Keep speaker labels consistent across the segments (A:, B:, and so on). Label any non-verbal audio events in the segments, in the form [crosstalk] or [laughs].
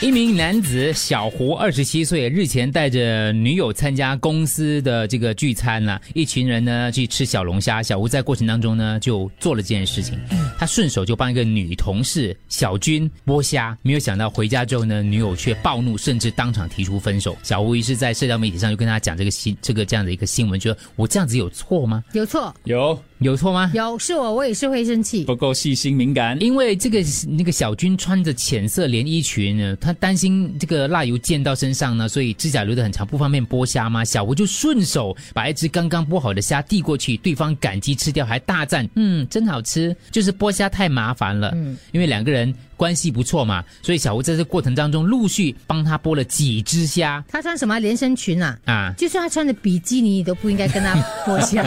A: 一名男子小胡，二十七岁，日前带着女友参加公司的这个聚餐啦、一群人呢去吃小龙虾。小胡在过程当中呢就做了这件事情，他顺手就帮一个女同事小军剥虾，没有想到回家之后呢，女友却暴怒，甚至当场提出分手。小胡于是在社交媒体上就跟他讲这个新这个这样的一个新闻，就说我这样子有错吗？
B: 有错，
C: 有
A: 有错吗？
B: 有是我，我也是会生气。
C: 不够细心敏感，
A: 因为这个那个小军穿着浅色连衣裙呢，他担心这个蜡油溅到身上呢，所以指甲留得很长，不方便剥虾嘛。小胡就顺手把一只刚刚剥好的虾递过去，对方感激吃掉，还大赞：“嗯，真好吃。”就是剥虾太麻烦了，嗯，因为两个人关系不错嘛，所以小胡在这过程当中陆续帮他剥了几只虾
B: 她穿什么连身裙啊？
A: [laughs] 啊。
B: 就算她穿着比基尼，你都不应该跟她脱
C: [laughs]
B: 下。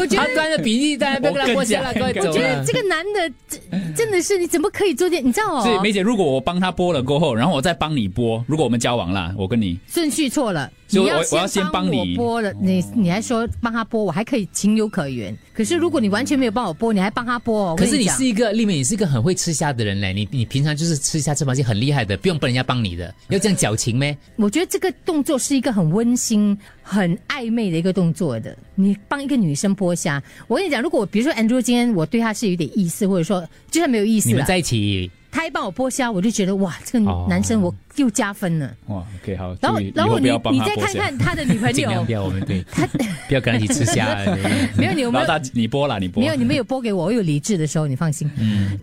B: 我觉
A: 他
B: 得，
A: 端着比基尼，当然不要跟他剥虾了，
C: 我
A: 各位
C: 更加
A: 走
B: 觉得
A: 了。
B: 这个男的这真的是，你怎么可以做点？你知道
C: 所以
B: 哦，
C: 梅姐，如果我帮他播了过后，然后我再帮你播，如果我们交往啦，我跟你
B: 顺序错了。
C: 所以
B: 你
C: 我我要先
B: 帮
C: 帮
B: 我
C: 你
B: 播了，你你还说帮他播，我还可以情有可原。可是如果你完全没有帮我播，你还帮他哦播，我
A: 可
B: 跟
A: 是你
B: 讲
A: 是一个丽美，你是一个很会吃虾的人嘞。你你平常就是吃虾吃螃蟹很厉害的，不用帮人家帮你的，要这样矫情咩？
B: 我觉得这个动作是一个很温馨、很暧昧的一个动作的。你帮一个女生剥虾，我跟你讲，如果我比如说 Andrew 今天我对她是有点意思，或者说就算没有意思
A: 你们
B: 了，
A: 在一起
B: 他一帮我剥虾，我就觉得哇，这个
A: 哦
B: 男生我又加分了。
C: 哇，OK 好，
B: 然后
C: 注意，
B: 然
C: 哦以
B: 后
C: 不
B: 你
C: 要帮
B: 你
C: 他
B: 再
C: 播
B: 看
C: 下。
B: 看他的女朋
A: 尽量
B: 友
A: 不，要我们对，不要跟他一起吃虾。对不对
B: 没有你有没
C: 然后
B: 有
C: 他你播啦，你播
B: 没有你们有播给我，我有理智的时候，你放心，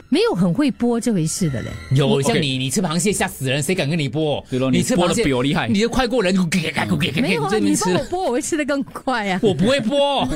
B: 没有很会剥这回事的嘞。
A: 有
C: 我
A: 像
C: OK
A: 你，你吃螃蟹吓死人，谁敢跟你剥？
C: 对咯你
A: 吃螃
C: 剥
A: 蟹
C: 得比我厉害
A: 你就快过人，
B: 没
A: 没
B: 有啊，
A: 这边
B: 你
A: 吃。
B: 帮，我剥，我会吃的更快啊
A: 我不会剥。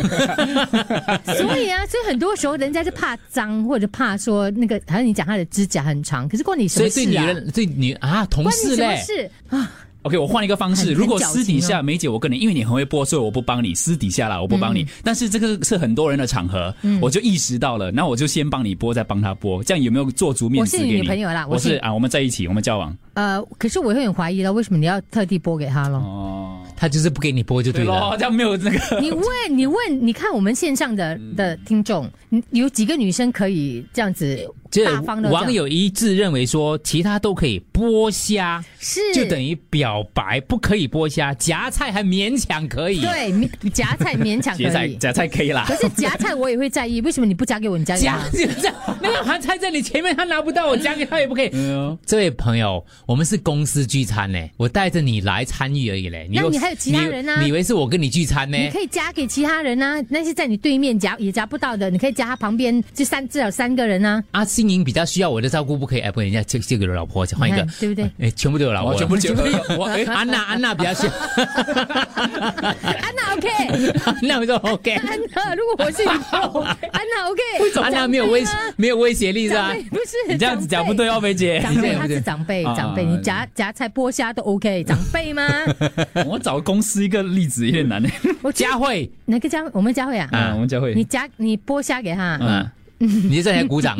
A: [laughs]
B: 所以啊，所以很多时候人家是怕脏，或者怕说那个，好像你讲他的指甲很长，可是关你什
A: 所
B: 么
A: 以
B: 事
A: 对女
B: 啊？
A: 人，对女啊，同
B: 关你
A: 事
B: 什么
A: 嘞，
B: 事啊？
C: OK，我换一个方式。
B: 很
C: 如果
B: 很矫情
C: 私底下
B: 哦
C: 梅姐，我跟你，因为你很会播，所以我不帮你。私底下啦，我不帮
B: 嗯
C: 你。但是这个是很多人的场合，我就意识到了，那我就先帮你播，再帮他播，这样有没有做足面子
B: 我是
C: 给
B: 你
C: 你？
B: 女朋友啦我
C: 我
B: 是
C: 是啊，我们在一起，我们交往。
B: 呃，可是我会很怀疑了，为什么你要特地播给他咯？
C: 哦，
A: 他就是不给你剥就对
C: 对
A: 了
C: 咯，。这样没有那个。 [laughs]
B: 你问，你问，你看我们线上的的听众，你有几个女生可以这样子
A: 这
B: 大方的
A: 网友一致认为说，其他都可以剥虾，
B: 是
A: 就等于表白不可以剥虾，夹菜还勉强可以。
B: 对勉夹菜勉强
C: 夹
B: 可 [laughs]
C: 菜
A: [laughs]
B: 以，
C: 夹菜可以啦
B: 可。是夹菜我也会在意，为什么你不夹给我，你夹给
A: 夹
B: 他？
A: 这样，那个盘菜在你前面，他拿不到，我夹给他也不可以。
B: 啊
C: 嗯
A: 这位朋友，我们是公司聚餐嘞，我带着你来参与而已嘞。
B: 那
A: 以为
B: 你还有其他人啊
A: 你以为是我跟你聚餐呢？
B: 你可以夹给其他人啊，那些在你对面夹也夹不到的，你可以夹他旁边，就三至少三个人啊。
A: 啊，新颖比较需要我的照顾，不可以哎，不，人家这这个有老婆，换一
B: 你
A: 个
B: 看，对不对？
A: 哎，全部都有老婆
C: 我
A: 了，
C: 全部全部
A: [laughs] 我哎安娜安娜比较需
B: [laughs]
A: 要，
B: 安娜 OK，
A: 安娜我说 OK，
B: [laughs] 安娜，如果我是你，安娜
C: [laughs]
B: OK，
A: 安娜没有威没有威胁力是吧
B: 长？辈不是
C: 你这样子讲不对。哦，梅姐。
B: 长辈
A: 对
B: 长辈他
A: 对
B: 是长辈，
C: 啊
B: 长辈，你夹夹菜剥虾都 OK，长辈
C: [laughs]
B: 吗？
C: 我找公司一个例子有点难。欸
A: [laughs]
B: 我觉得
A: 佳慧，
B: 哪个家我们家会啊？
C: 啊，我们教会
B: 你。夹你剥虾给他，
A: 啊
C: 嗯，
A: 你就在那里
B: [laughs]
A: 鼓掌，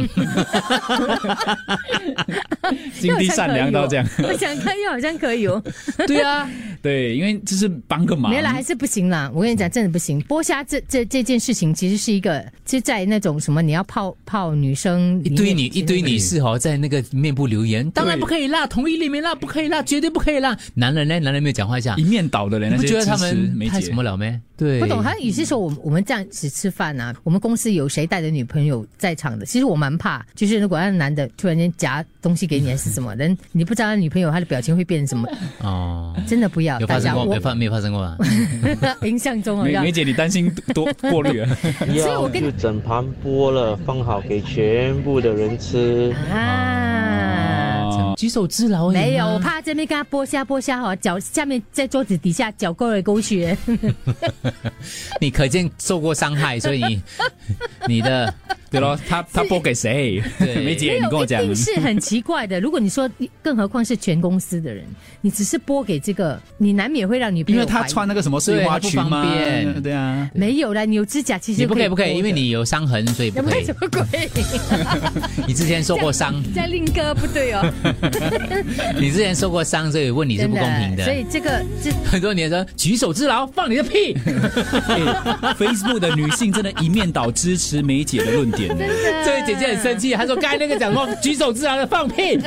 C: 心地善良到这样。
B: 哦 [laughs] 我想看又好像可以
C: [laughs]
B: 哦，
A: 对啊，
C: 对，因为就是帮个忙。
B: 没啦，还是不行啦。我跟你讲，真的不行。剥虾这这这件事情，其实是一个，是在那种什么，你要泡泡女生
A: 一
B: 里面，
A: 堆女
B: 其
A: 一
B: 实
A: 堆女士哦，在那个面部留言，当然不可以啦，同意里面啦，不可以啦，绝对不可以啦。男人呢，男人没有讲话 [laughs] 一下
C: 一，面倒的人，
A: 你不
C: 那些
A: 觉得他
C: 支持
A: 们
C: 梅
A: 太
C: 姐
A: 什么了没？对，
B: 不懂，好像有些时候我们我们这样子吃饭啊，我们公司有谁带着女朋友在场的，其实我蛮怕，就是如果那男的突然间夹东西给你还
A: [laughs]
B: 是什么，人你不知道他女朋友她的表情会变成什么，
A: [laughs] 哦，
B: 真的不要
A: 有
B: 大
A: 发生
B: 家
A: 过没
B: 我
A: 有发没有发生过 [laughs] 啊？
B: [laughs] 印象中好
C: 梅
B: 像
C: 梅姐，你担心多过
A: [laughs]
C: 滤啊？
B: 所以我
D: 要
B: 跟
D: 就整盘剥了，放好给全部的人吃。
B: 啊。
C: 哦
A: 举手之劳而已嘛
B: 没有，我怕这边跟他剥虾剥虾哈，脚下面在桌子底下脚勾来勾
A: [laughs]
B: 去，
A: 你可见受过伤害，所以 [laughs] 你你的
C: 对咯，他他播给谁？
A: 对
C: 梅
B: 没
C: 姐，你跟
B: 有
C: 我
B: 一
C: 讲，
B: 定是很奇怪的。如果你说，更何况是全公司的人，你只是剥给这个，你难免会让女朋
C: 因
B: 友
C: 为他
B: 怀疑
C: 穿那个什么碎花裙嘛
A: 对不方便，
C: 对啊。
B: 没有啦，你有指甲其实
A: 你不可以不可以，
B: 剥
A: 因为
B: 的
A: 你有伤痕，所以不可以
B: 什。么鬼？ [laughs]
A: 你之前受过伤， [laughs]
B: 在令哥不对哦，
A: 你之前受过伤，所以问你是
B: 真
A: 不公平
B: 所
A: 的。
B: 以这个
A: [laughs]
B: 这
A: 很多年说举手之劳，放你的屁。 [laughs]
C: 哎 Facebook 的女性真的一面倒支持梅姐的论
A: [laughs]
C: 点呢。
B: 真的，
A: 这位姐姐很生气，她说：“刚才那个讲说举手之劳的放屁。”